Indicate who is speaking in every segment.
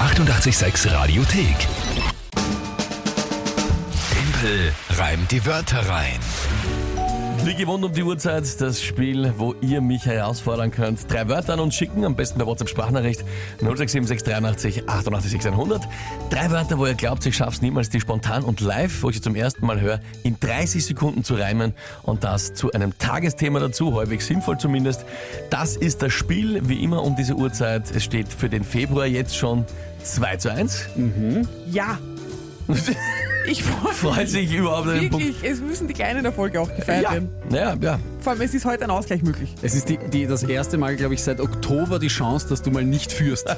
Speaker 1: 886 Radiothek. Tempel reimt die Wörter rein.
Speaker 2: Wie gewohnt um die Uhrzeit das Spiel, wo ihr mich herausfordern könnt. Drei Wörter an uns schicken, am besten per WhatsApp-Sprachnachricht 0676 88600. Drei Wörter, wo ihr glaubt, ich schaff's niemals, die spontan und live, wo ich sie zum ersten Mal höre, in 30 Sekunden zu reimen und das zu einem Tagesthema dazu, häufig sinnvoll zumindest. Das ist das Spiel, wie immer um diese Uhrzeit. Es steht für den Februar jetzt schon 2 zu 1.
Speaker 3: Ja, ich
Speaker 2: Freut sich überhaupt an den Punkt.
Speaker 3: wirklich, es müssen die kleinen Erfolge auch gefeiert
Speaker 2: Ja,
Speaker 3: werden.
Speaker 2: ja, ja.
Speaker 3: Vor allem, es ist heute ein Ausgleich möglich.
Speaker 4: Es ist die, die, das erste Mal, glaube ich, seit Oktober die Chance, dass du mal nicht führst.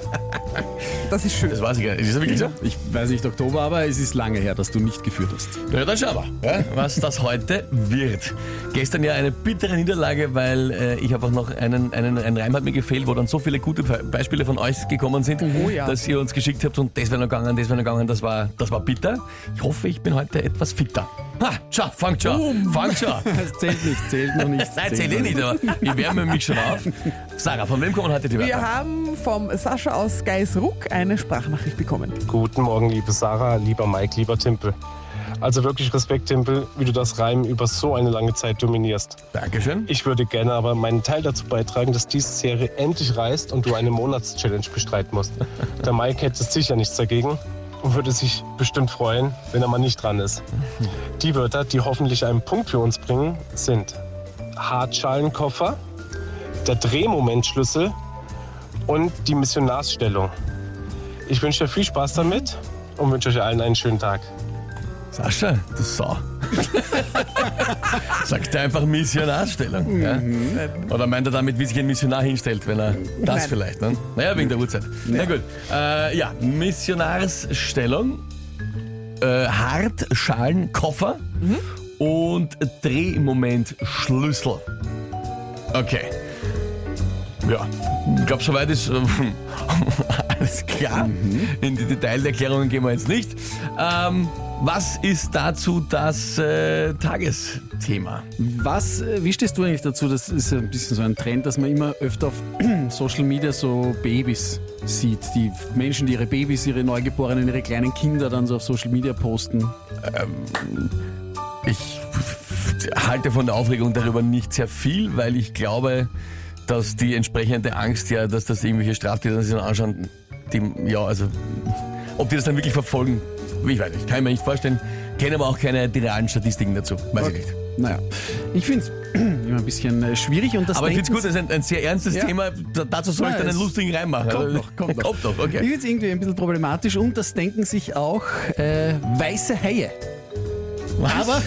Speaker 3: Das ist schön.
Speaker 2: Das weiß ich gar nicht. Ist das wirklich so?
Speaker 4: Ich weiß nicht Oktober, aber es ist lange her, dass du nicht geführt hast.
Speaker 2: Na ja, dann schauen wir, ja, was das heute wird. Gestern ja eine bittere Niederlage, weil äh, ich habe auch noch einen, einen, ein Reim hat mir gefehlt, wo dann so viele gute Be Beispiele von euch gekommen sind,
Speaker 3: Oh ja.
Speaker 2: dass ihr uns geschickt habt und das wäre noch gegangen, das wäre noch gegangen, das war, das war bitter. Ich hoffe, ich bin heute etwas fitter. Ha, schau, fangt schon, fangt schon.
Speaker 4: Es Um. zählt nicht, zählt noch nicht.
Speaker 2: Nein, zähl eh nicht, aber ich wärme mich schon auf. Sarah, von wem kommen heute die
Speaker 3: Wir
Speaker 2: Wörter?
Speaker 3: haben vom Sascha aus Geisruck eine Sprachnachricht bekommen.
Speaker 5: Guten Morgen, liebe Sarah, lieber Mike, lieber Timpel. Also wirklich Respekt, Timpel, wie du das Reimen über so eine lange Zeit dominierst.
Speaker 2: Dankeschön.
Speaker 5: Ich würde gerne aber meinen Teil dazu beitragen, dass diese Serie endlich reißt und du eine Monatschallenge bestreiten musst. Der Mike hätte sicher nichts dagegen und würde sich bestimmt freuen, wenn er mal nicht dran ist. Die Wörter, die hoffentlich einen Punkt für uns bringen, sind Hartschalenkoffer, der Drehmomentschlüssel und die Missionarsstellung. Ich wünsche dir viel Spaß damit und wünsche euch allen einen schönen Tag.
Speaker 2: Sascha, du Sau. Sagt er einfach Missionarstellung. Ja? Oder meint er damit, wie sich ein Missionar hinstellt, wenn er das
Speaker 3: Nein.
Speaker 2: vielleicht? Ne? Naja, wegen der Uhrzeit. Na gut. Äh, ja, Missionarsstellung, äh, Hartschalenkoffer und Drehmomentschlüssel. Okay. Ja, ich glaube, soweit ist äh, alles klar. In die Detailerklärungen gehen wir jetzt nicht. Ähm, was ist dazu das äh, Tagesthema?
Speaker 4: Was, äh, wie stehst du eigentlich dazu? Das ist ein bisschen so ein Trend, dass man immer öfter auf Social Media so Babys sieht. Die Menschen, die ihre Babys, ihre Neugeborenen, ihre kleinen Kinder dann so auf Social Media posten.
Speaker 2: Ich halte von der Aufregung darüber nicht sehr viel, weil ich glaube, dass die entsprechende Angst ja, dass das irgendwelche Straftäter sich dann anschauen, die, ja, also, ob die das dann wirklich verfolgen, ich weiß nicht, kann ich mir nicht vorstellen. Kenne aber auch keine die realen Statistiken dazu,
Speaker 4: Also
Speaker 2: weiß ich nicht.
Speaker 4: Naja, ich finde es immer ein bisschen äh, schwierig und das
Speaker 2: Aber ich finde
Speaker 4: Denken
Speaker 2: es gut, das ist ein, ein sehr ernstes
Speaker 4: Ja.
Speaker 2: Thema. Da, dazu soll ich
Speaker 4: Nein,
Speaker 2: dann einen
Speaker 4: es-
Speaker 2: lustigen Reim machen.
Speaker 4: Kommt noch, kommt noch.
Speaker 2: Kommt noch, okay.
Speaker 4: Ich finde es irgendwie ein bisschen problematisch und das denken sich auch äh, weiße Haie. Aber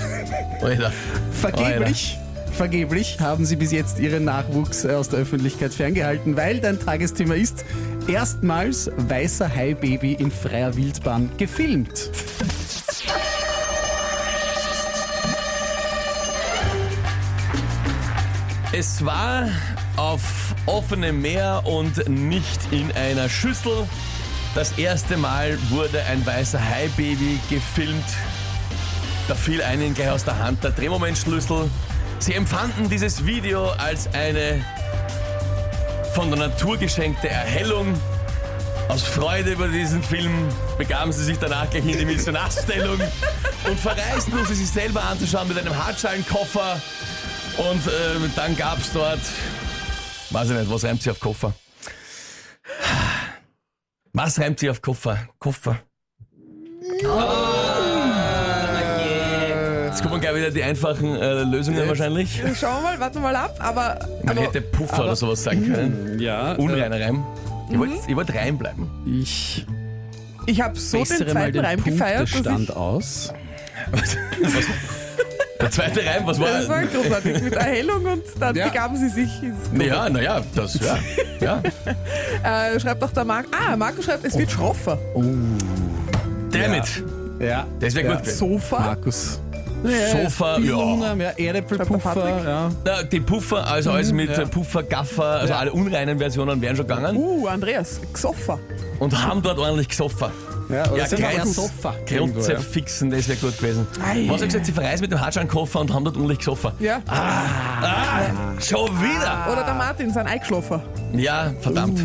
Speaker 2: Alter.
Speaker 4: vergeblich, vergeblich haben sie bis jetzt ihren Nachwuchs äh, aus der Öffentlichkeit ferngehalten, weil dein Tagesthema ist erstmals weißer Hai-Baby in freier Wildbahn gefilmt.
Speaker 2: Es war auf offenem Meer und nicht in einer Schüssel. Das erste Mal wurde ein weißer Hai-Baby gefilmt. Da fiel einen gleich aus der Hand der Drehmomentschlüssel. Sie empfanden dieses Video als eine von der Natur geschenkte Erhellung. Aus Freude über diesen Film begaben sie sich danach gleich in die Missionarstellung und verreisten, um sie sich selber anzuschauen mit einem Hartschalenkoffer. Und äh, dann gab's dort, weiß ich nicht, was reimt sie auf Koffer? Was reimt sie auf Koffer? Koffer. Oh. Jetzt kommen gleich wieder die einfachen äh, Lösungen wahrscheinlich.
Speaker 3: Schauen wir mal, warten wir mal ab. Aber,
Speaker 2: Man
Speaker 3: aber
Speaker 2: hätte Puffer oder sowas sagen können.
Speaker 4: Ja,
Speaker 2: Unreiner Reim. Ich wollte wollt rein bleiben.
Speaker 4: ich
Speaker 3: ich habe so den
Speaker 4: bessere mal
Speaker 3: zweiten
Speaker 4: den
Speaker 3: Reim gefeiert, dass
Speaker 4: Punktestand
Speaker 3: ich,
Speaker 4: aus.
Speaker 2: Der zweite Reim, was war?
Speaker 3: das war großartig mit Erhellung und dann
Speaker 4: Ja.
Speaker 3: begaben sie sich. ins-
Speaker 2: ja, naja, das, ja. ja.
Speaker 3: Äh, schreibt auch der Marco. Ah, Marco schreibt, es
Speaker 4: Oh.
Speaker 3: wird schroffer.
Speaker 2: Damn it.
Speaker 4: Ja,
Speaker 2: Das wäre gut.
Speaker 3: Sofa.
Speaker 4: Markus.
Speaker 2: Sofa,
Speaker 4: Viel
Speaker 2: ja.
Speaker 4: Hunger, ja. Erdäpfelpuffer,
Speaker 3: Patrick.
Speaker 4: ja.
Speaker 2: Na, die Puffer, also
Speaker 3: Mhm,
Speaker 2: alles mit
Speaker 4: ja.
Speaker 2: äh, Puffer, Gaffer, also alle unreinen Versionen wären schon gegangen
Speaker 3: Uh, Andreas, Xoffer.
Speaker 2: und haben dort ordentlich gesoffen.
Speaker 4: Ja,
Speaker 2: Ja,
Speaker 4: oder sind wir
Speaker 2: Kreuz-
Speaker 4: am Sofa?
Speaker 2: Kreuze fixen, das wäre gut gewesen.
Speaker 3: Ei.
Speaker 2: Was hab ich gesagt, sie verreisen mit dem Hartschalenkoffer und haben dort ordentlich gesoffen.
Speaker 3: Ja.
Speaker 2: Ah, schon wieder!
Speaker 3: Oder der Martin, sein Eigeschloffer.
Speaker 2: Ja, verdammt.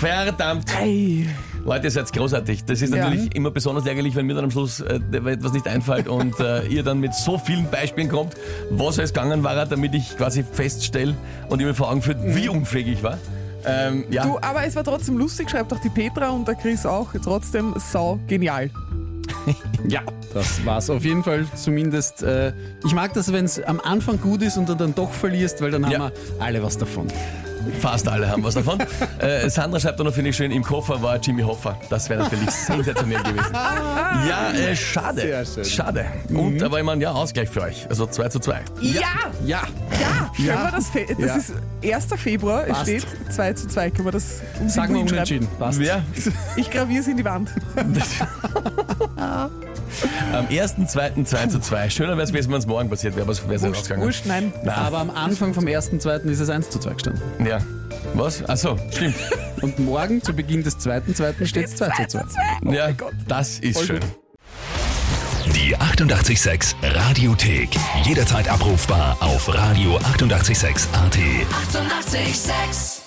Speaker 2: Verdammt.
Speaker 3: Ei.
Speaker 2: Leute, ihr seid großartig. Das ist
Speaker 3: Ja.
Speaker 2: natürlich immer besonders ärgerlich, wenn mir dann am Schluss äh, etwas nicht einfällt und äh, ihr dann mit so vielen Beispielen kommt, was es gegangen war, damit ich quasi feststelle und ihr mir vor Augen führt, wie unfähig ich war. Ähm, ja,
Speaker 3: Du, aber es war trotzdem lustig, schreibt auch die Petra und der Chris auch. Trotzdem sau genial.
Speaker 4: Ja, das war's auf jeden Fall. Zumindest, äh, ich mag das, wenn es am Anfang gut ist und du dann doch verlierst, weil dann haben
Speaker 2: Ja.
Speaker 4: wir alle was davon.
Speaker 2: fast alle haben was davon. äh, Sandra schreibt dann noch, finde ich schön, im Koffer war Jimmy Hoffa. Das wäre natürlich sensationell gewesen. Ja, äh, schade.
Speaker 4: Ah. Sehr schön. Mhm.
Speaker 2: Schade. Und, aber ich meine, ja, Ausgleich für euch. Also 2 zu 2.
Speaker 3: Ja!
Speaker 4: Ja,
Speaker 3: Ja! Können wir das, fe- das
Speaker 4: Ja.
Speaker 3: ist 1. Februar, es
Speaker 4: Passt.
Speaker 3: steht 2 zu 2. Können wir das um
Speaker 4: sagen wir
Speaker 3: Siegel hinschreiben?
Speaker 4: unentschieden. Passt.
Speaker 2: Ja,
Speaker 3: Ich graviere es in die Wand.
Speaker 2: am 1.2. 2 zu 2. Schöner wäre es, wenn es morgen passiert wäre, aber es wäre
Speaker 3: Wurscht,
Speaker 2: ausgegangen.
Speaker 3: wurscht, nein.
Speaker 4: Aber am Anfang vom ersten, zweiten ist es 1 zu 2 gestanden.
Speaker 2: Ja. Was? Achso, stimmt.
Speaker 4: Und morgen zu Beginn des zweiten, zweiten steht es 2 zu 2.
Speaker 2: ja, das ist schön.
Speaker 1: Die 886 Radiothek. Jederzeit abrufbar auf radio886.at. 886! 886.
Speaker 6: 886